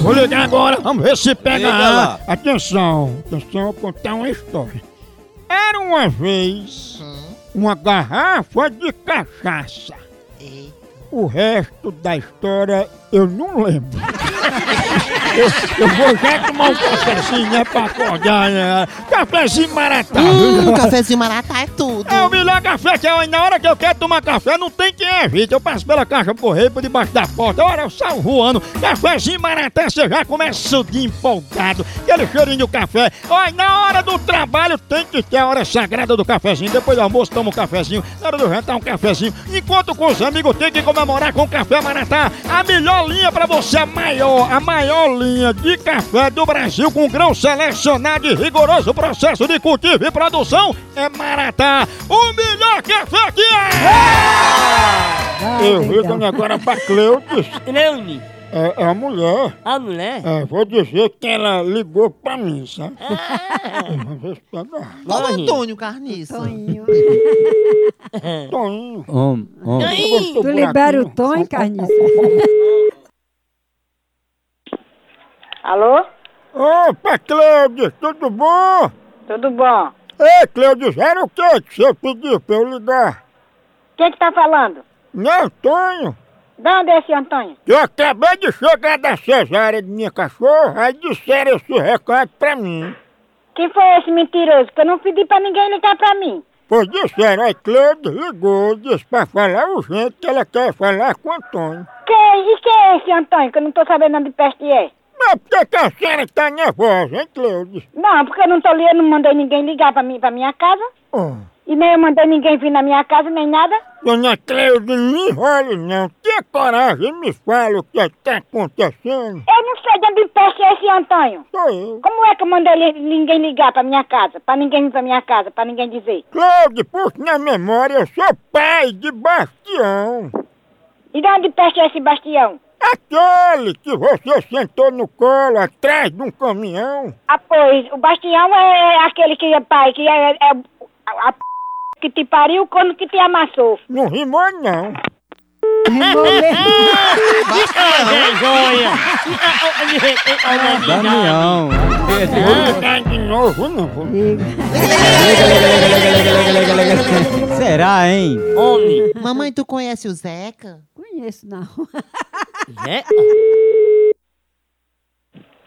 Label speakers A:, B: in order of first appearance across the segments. A: Vou ligar agora, vamos ver se pega.
B: Liga lá.
A: Atenção, atenção, vou contar uma história. Era uma vez
C: Hum.
A: uma garrafa de cachaça. O resto da história eu não lembro. eu, eu vou já tomar um cafezinho, né, pra acordar, né? Cafezinho maratá.
C: Hum, cafezinho maratá é tudo.
A: É o melhor café que eu, na hora que eu quero tomar café, não tem quem evite. Eu passo pela caixa do correio, por debaixo da porta, hora eu saio voando. Cafézinho Maratá, você já começa o dia empolgado, aquele cheirinho do café. Olha, na hora do trabalho tem que ter a hora sagrada do cafezinho. Depois do almoço toma um cafezinho, na hora do jantar um cafezinho. Enquanto com os amigos tem que comemorar com o Café Maratá. A melhor linha pra você, a maior, a maior linha de café do Brasil com grão selecionado e rigoroso processo de cultivo e produção é Maratá. O melhor café que é! Eu vi também agora pra Cleutis,
D: Leone,
A: é, é a mulher.
D: a Ah, mulher.
A: É, vou dizer que ela ligou pra mim, sabe? Uma vez pegar.
C: Olha o
D: Corre.
C: Antônio Carniça.
A: um Toninho.
E: Homem, homem.
D: Ai,
A: Tu libera o
F: Tom, hein, Carniça?
G: Alô?
A: Opa, Cleudes, tudo bom?
G: Tudo bom?
A: Ei, Cleudes, É, era o que que você pediu pra eu ligar?
G: Quem que tá falando?
A: Não, Antônio.
G: De onde é esse Antônio?
A: Eu acabei de chegar da cesárea de minha cachorra, aí disseram esse recado pra mim.
G: Quem foi esse mentiroso? Que eu não pedi pra ninguém ligar pra mim.
A: Pois disseram, aí Cleudes ligou, disse pra falar urgente que ela quer falar com o Antônio.
G: Quem? E quem é esse Antônio? Que eu não tô sabendo onde peste é.
A: Mas por que que a senhora tá nervosa, hein, Cleudes?
G: Não, porque eu não tô li- eu não mandei ninguém ligar pra, mim, pra minha casa.
A: Oh.
G: E nem eu mandei ninguém vir na minha casa, nem nada.
A: Dona Cleude, não enrole não. Tenha coragem e me fala o que está acontecendo.
G: Eu não sei de onde peste é esse Antônio.
A: Sou eu.
G: Como é que eu mandei li- ninguém ligar pra minha casa? Pra ninguém vir pra minha casa, pra ninguém dizer.
A: Cleude, puxa na memória, eu sou pai de Bastião.
G: E de onde peste é esse Bastião?
A: Aquele que você sentou no colo atrás de um caminhão.
G: Ah, pois, o Bastião é aquele que é pai, que é, é a, a p... que te pariu quando que te amassou.
A: Não rimou não.
D: vergonha.
E: Damião.
A: Não tá de novo não.
E: Será, hein?
D: Homem.
C: Mamãe, tu conhece o Zeca?
F: Conheço, não.
D: Zeca.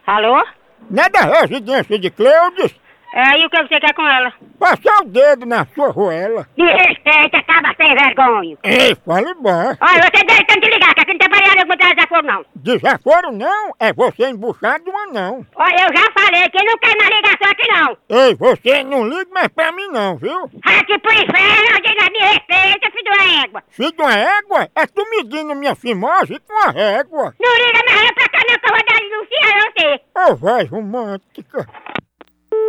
G: Alô?
A: Não é da residência de Cleudes?
G: É, e o que você quer com ela?
A: Passar o dedo na sua roela.
G: Me respeita, acaba sem vergonha.
A: Ei, fale baixo.
G: Olha, você deve ter que ligar, que aqui não tem variável com desaforo, não.
A: Desaforo não, é você embuchar de um anão.
G: Olha, eu já falei que não quer mais ligação aqui, não.
A: Ei, você não liga mais pra mim não, viu?
G: Vai aqui pro inferno, diga, me respeita, filho da égua.
A: Filho de uma égua? É tu medindo minha fimose com a régua.
G: Não liga mais pra cá, não, que eu vou dar denunciar a você.
A: Ô, voz romântica.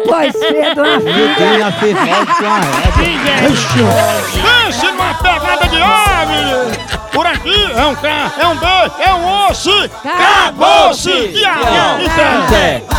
F: Pois cedo, uma
E: Tem a fefal com a régua.
A: Pense numa pegada de homem! Por aqui é um K, é um B, é um osso!
F: Acabou-se!
A: Acabou-se! E aí, então?
E: Zé.